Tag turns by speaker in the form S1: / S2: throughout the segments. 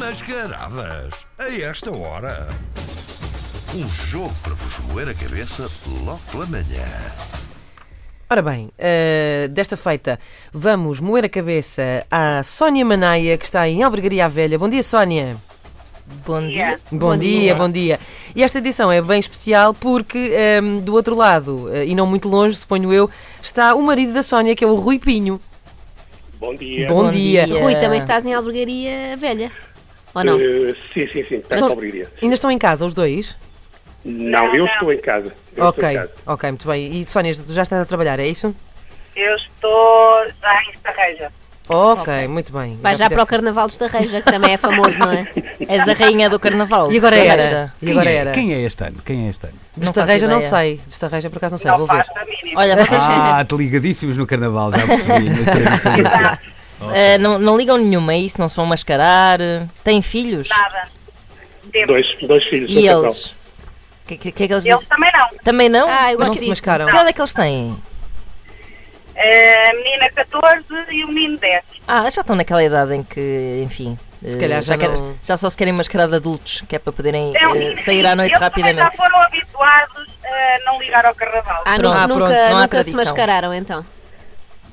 S1: mascaradas, a esta hora. Um jogo para vos moer a cabeça logo pela manhã.
S2: Ora bem, eh, desta feita vamos moer a cabeça à Sónia Manaia, que está em Albergaria à Velha. Bom dia, Sónia.
S3: Bom dia.
S2: Bom, dia, bom dia. E esta edição é bem especial porque ehm, do outro lado, eh, e não muito longe, suponho eu, está o marido da Sónia, que é o Rui Pinho.
S4: Bom dia.
S2: Bom, dia.
S3: dia.
S5: Rui, também estás em albergaria velha? Ou não?
S4: Eh, sim, sim, sim. Peço
S2: Estou-
S4: obrigaria.
S2: Ainda estão em casa os dois?
S4: Não, eu estou em casa. Eu estou em
S2: ok,
S4: casa.
S2: ok, muito bem. E Sónia, tu já estás a trabalhar, é isso?
S6: Eu estou já em Estarreja.
S2: Ok,
S5: Ok.
S2: muito bem.
S5: Vai já para o
S2: fizeste-
S5: Carnaval de Estarreja, que também é famoso, não é?
S3: És a rainha do carnaval.
S2: E agora
S3: Sra.
S2: era? E agora
S7: é,
S2: era?
S7: quem é este ano? Quem é este ano?
S2: De
S3: Não faço
S2: Estarreja não
S3: ideia.
S2: sei. De Estarreja por acaso não sei,
S6: não
S2: vou ver.
S6: faço a mínima.
S3: Olha, vocês
S7: Ah, te ligadíssimos no carnaval, já percebi. nas tradições aqui.
S3: eh, não, não ligam nenhuma a isso, não se vão mascarar. eh, Têm filhos?
S6: nada. Temos.
S4: Dois, dois filhos
S3: E
S4: no
S3: eles? O que, que- que é que eles
S6: Eles
S3: dizem?
S6: também não.
S3: Também não?
S5: Ah, eu
S3: Mas
S5: gosto
S3: não se
S5: disso.
S3: mascaram. Que idade é que eles têm?
S6: Eh, A menina 14 e o menino 10.
S3: Ah, já estão naquela idade em que, enfim. eh,
S2: calhar já
S3: já, quer-
S2: não-
S3: já só se querem mascarar de adultos, que é para poderem
S6: É um-
S3: eh, sair à noite
S6: eles Também já
S3: rapidamente.
S6: foram habituados a não ligar ao carnaval.
S5: Ah, nu-
S3: Pronto, ah,
S5: nunca,
S3: pronto, não há
S5: nunca se
S3: tradição.
S5: mascararam, então.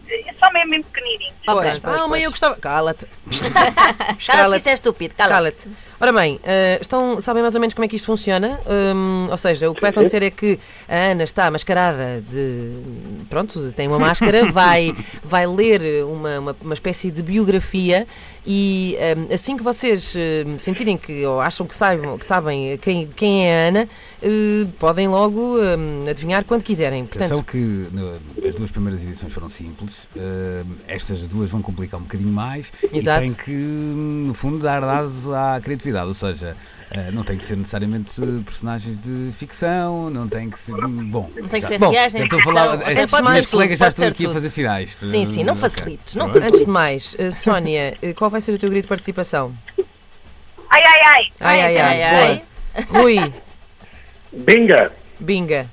S6: É Só mesmo em pequenininho.
S5: Ok.
S2: Pois, ah, mas eu gostava. Cala-te.
S3: Cala-te,
S2: Cala-te.
S3: isso é estúpido, cala-te.
S2: Cala-te. Ora bem, eh, estão, sabem mais ou menos como é que isto funciona? Hum, ou seja, o que vai acontecer é que a Ana está mascarada de. Pronto, tem uma máscara, vai, vai ler uma, uma, uma espécie de biografia e hum, assim que vocês hum, sentirem que ou acham que sabem, que sabem quem, quem é a Ana, eh, podem logo hum, adivinhar quando quiserem.
S7: Atenção
S2: Portanto,
S7: que no- as duas primeiras edições foram simples, eh, estas duas vão complicar um bocadinho mais
S2: Exato.
S7: e tem que, no fundo, dar dados à criatividade, ou seja, eh, não tem que ser necessariamente personagens de ficção, não tem que ser. Bom,
S3: Não tem que ser
S7: Bom,
S3: reais, nem
S7: eu estou a
S3: ficção.
S7: falar.
S3: Ou seja,
S7: eh,
S3: pode
S7: meus
S3: ser tudo,
S7: colegas já
S3: pode
S7: estão
S3: ser
S7: aqui a
S3: tudo.
S7: fazer sinais.
S3: Sim, sim,
S2: Hum,
S3: não
S7: Ok.
S3: facilites, não
S7: Pronto.
S2: antes de mais, eh, Sónia, eh, qual vai ser o teu grito de participação?
S6: Ai, ai, ai.
S2: Ai, ai, ai.
S3: Ai,
S2: boa. Rui,
S4: carro. Binga!
S2: binga.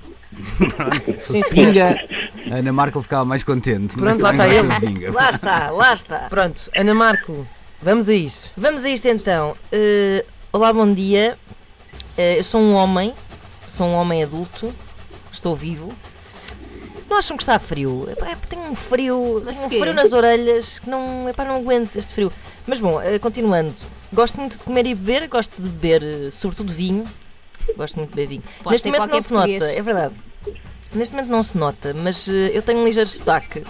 S7: Se fosse pinga, eh, a Ana Marco ficava mais contente. mas
S2: Pronto, lá
S7: também
S2: está
S7: não é pinga.
S3: Lá está, lá está.
S2: Pronto, Ana Marco, vamos a isso.
S3: Vamos a isto então. Eh, olá, bom dia. Eh, eu sou um homem, sou um homem adulto, estou vivo. Não acham que está frio? Epá, tenho um frio,
S5: Mas
S3: tenho um
S5: porquê?
S3: frio nas orelhas que não, epá, não aguento este frio. Mas bom, eh, continuando. Gosto muito de comer e beber, gosto de beber eh, sobretudo vinho. Gosto muito de beber vinho.
S5: pode ser
S3: momento não
S5: qualquer
S3: se nota,
S5: português.
S3: é verdade. Neste momento não se nota, mas eh, eu tenho um ligeiro sotaque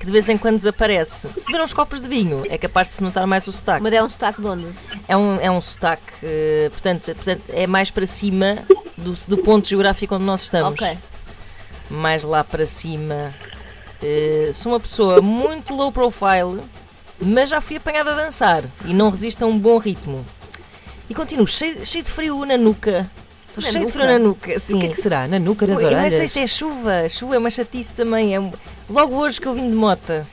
S3: que de vez em quando desaparece. Se beber uns copos de vinho, é capaz de se notar mais o sotaque.
S5: Mas é um sotaque de onde?
S3: É um, é um sotaque, eh, portanto, portanto, é mais para cima do, do ponto geográfico onde nós estamos.
S5: Ok.
S3: Mais lá para cima. Eh, sou uma pessoa muito low profile, mas já fui apanhada a dançar e não resisto a um bom ritmo. E continuo cheio, cheio de frio na nuca. Estou
S5: Na
S3: cheio de
S5: nuca?
S3: frio na nuca,
S2: O
S3: sim.
S2: que é que será? Na nuca das
S3: Eu nem
S2: orelhas?
S3: sei se é chuva. Chuva é uma chatice também. É... um- Logo hoje que eu vim de mota.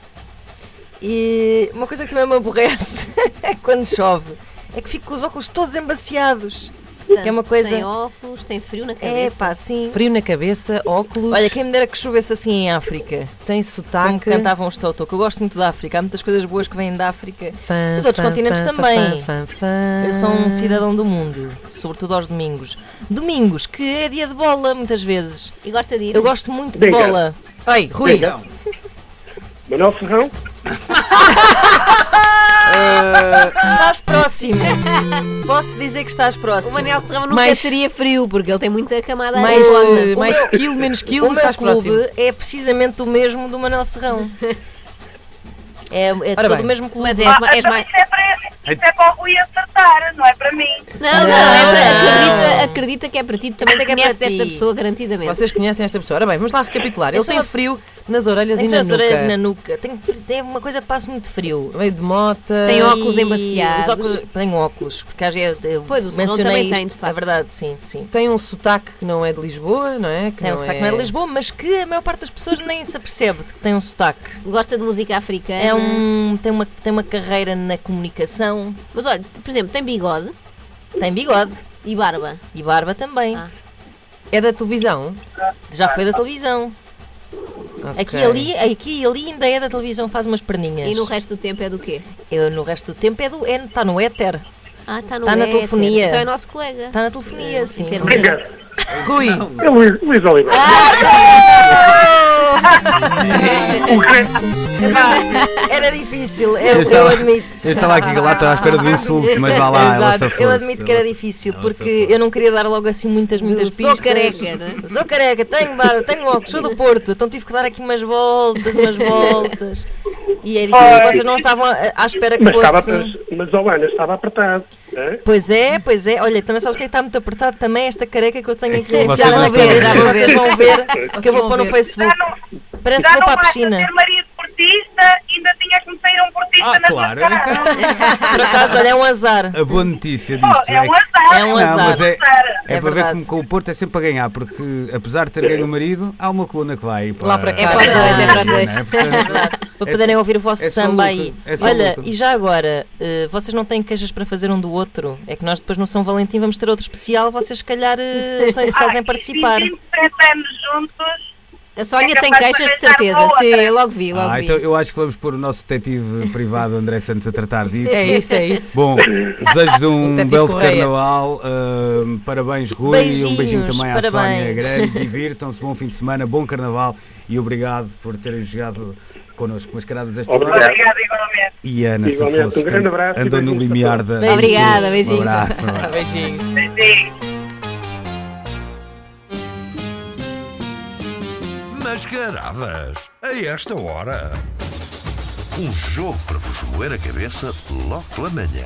S3: E uma coisa que também me aborrece é quando chove. É que fico com os óculos todos embaciados. que é uma
S5: Portanto,
S3: coisa-
S5: Tem óculos, tem frio na
S3: É
S5: cabeça.
S3: pá, sim.
S2: Frio na cabeça, óculos,
S3: Olha, quem me dera que chovesse assim em África.
S2: tem
S3: Como
S2: sotaque.
S3: cantavam os Toto, que eu gosto muito da África. Há muitas coisas boas que vêm da África.
S2: Fã,
S3: Os outros
S2: fã,
S3: continentes
S2: fã, fã,
S3: também.
S2: fã, fã, fã.
S3: Eu sou um cidadão do mundo, sobretudo aos domingos. Domingos, que é dia de bola, muitas vezes.
S5: E gosta de ir?
S3: Eu gosto muito de
S4: Diga.
S3: bola.
S2: Ei, Rui!
S4: Manuel Ferrão?
S3: Estás próximo. Posso dizer que estás
S5: O
S3: próximo.
S5: Manel Serrão nunca
S2: Mais-
S5: seria frio, porque ele tem muita camada
S2: Mais,
S5: adiposa.
S2: eh, mais quilo, menos quilo,
S3: o meu
S2: estás
S3: clube
S2: próximo.
S3: é precisamente o mesmo do Manuel Serrão. É, é
S2: Ora
S3: sou
S2: bem.
S3: do mesmo clube.
S5: Mas
S6: Ah,
S5: és, ma- és
S6: então
S5: mais...
S6: Isso é para, isso é para o Rui acertar, não é para mim.
S5: Não, não, é para- acredita, acredita que é para ti. Tu também
S3: Acredita que é
S5: conheces
S3: para ti.
S5: esta pessoa garantidamente.
S2: Vocês conhecem esta pessoa. Ora bem, vamos lá recapitular.
S3: Eu
S2: Ele
S3: sou
S2: tem
S3: uma-
S2: frio nas orelhas
S3: Tenho
S2: e na
S3: as
S2: nuca.
S3: orelhas na nuca. Tenho, tenho uma coisa que passa muito frio.
S2: Meio de mota.
S5: Tem
S3: E
S5: óculos embaciados.
S3: os óculos- Tenho óculos, porque às vezes eu, eu
S5: Pois, o Serrão
S3: mencionei
S5: também
S3: isto.
S5: tem, de facto.
S3: É verdade, sim, sim.
S2: Tem um sotaque que não é de Lisboa, não é? Que
S3: Tem um sotaque não é de Lisboa, mas que a maior parte das pessoas nem se apercebe de que tem um sotaque.
S5: Gosta de música africana.
S3: É um, tem, uma, tem uma carreira na comunicação,
S5: Mas olha, por exemplo, tem bigode
S3: tem bigode
S5: e barba.
S3: e barba também.
S5: Ah.
S2: É da televisão.
S3: Já
S7: Ah,
S3: foi da televisão. Aqui,
S2: Ok.
S3: e ali, aqui e ali ainda é da televisão, faz umas perninhas.
S5: E no resto do tempo é do quê?
S3: Eu, tá no resto do tempo é do, é, está no éter.
S5: Ah, está no
S3: Tá na
S5: éter.
S3: telefonia. Tá
S5: Então é nosso colega.
S3: Está na telefonia, sim.
S5: Enfermo.
S4: Benga.
S2: Rui,
S4: É Luís, Luís Oliveira. O grande-
S3: Epá, era difícil, eu,
S7: Eu
S3: eu
S7: estava-
S3: admito.
S7: Eu estava aqui lá, estava à espera do insulto, mas vá lá, ela
S3: Exato.
S7: safou-se.
S3: Eu admito que era difícil,
S7: ela
S3: porque
S7: safou-se.
S3: eu não queria dar logo assim muitas, muitas
S5: sou
S3: pistas.
S5: careca, não é?
S3: Sou careca, tenho bar, tenho óculos, sou do Porto, então tive que dar aqui umas voltas, umas voltas. E é difícil,
S4: Ai.
S3: vocês não estavam à à espera que
S4: Mas, estava,
S3: fosse.
S4: mas, mas oh, Ana, estava apertado. né?
S3: Pois é, pois é. Olha, também sabes o que é que está muito apertado também esta careca que eu tenho aqui.
S5: Vocês
S3: Já
S5: vão
S3: vão
S5: ver,
S3: ver,
S5: já vão
S3: vocês
S5: ver.
S3: vão ver que eu
S2: Vocês
S3: vou pôr
S2: vão
S3: no
S2: ver.
S3: Facebook.
S6: Já não-
S3: Parece
S6: Já
S3: que vou
S6: não
S3: para a
S6: basta
S3: piscina.
S6: ser marido portista, ainda tinhas que meter um portista
S7: Ah,
S6: na
S7: claro,
S6: tua casa.
S7: então.
S3: Por acaso, olha, é um azar.
S7: A boa notícia
S6: Oh,
S7: disto
S6: é um
S7: que-
S6: azar.
S3: É um
S7: Não,
S3: azar.
S7: mas é, é,
S3: É
S7: para ver
S3: verdade.
S7: como com o Porto é sempre a ganhar, porque apesar de ter ganho o marido, há uma coluna que vai para...
S3: Lá para cá.
S5: É para os dois, é para os dois.
S7: Não é? Portanto,
S3: Para
S7: É
S3: poderem ouvir o vosso
S7: é só
S3: samba
S7: luta,
S3: aí.
S7: é só
S3: Olha,
S7: luta.
S3: e já agora, eh, vocês não têm queixas para fazer um do outro? É que nós depois no São Valentim vamos ter outro especial, vocês se calhar eh, estão interessados em participar.
S6: E 27 anos juntos.
S5: A Sónia
S6: É
S5: tem
S6: capaz de tá?
S5: queixas de
S6: pensar
S5: certeza.
S6: outra.
S5: Sim, eu logo vi, logo
S7: ah,
S5: vi.
S7: então eu acho que vamos pôr o nosso detetive privado André Santos a tratar disso.
S2: é isso, é isso.
S7: Bom, desejos de um
S2: Detetive
S7: belo
S2: Correia.
S7: carnaval. ahm, parabéns, Rui. um beijinho
S3: Beijinhos,
S7: também à
S3: parabéns.
S7: Sónia Grande. Divirtam-se, bom fim de semana, bom carnaval e obrigado por terem jogado connosco mascaradas esta
S4: Obrigado.
S7: hora.
S6: Obrigada igualmente.
S7: E Ana
S4: Igualmente,
S7: Safoso,
S4: um grande
S7: que
S4: abraço e
S7: andou no
S4: beijinhos para
S7: limiar da.
S3: Beijinhos.
S5: Obrigada,
S7: Um
S5: beijinhos.
S7: abraço, um abraço.
S2: Beijinhos.
S6: Beijinhos.
S1: Mascaradas, a esta hora. Um jogo para vos moer a cabeça logo pela manhã.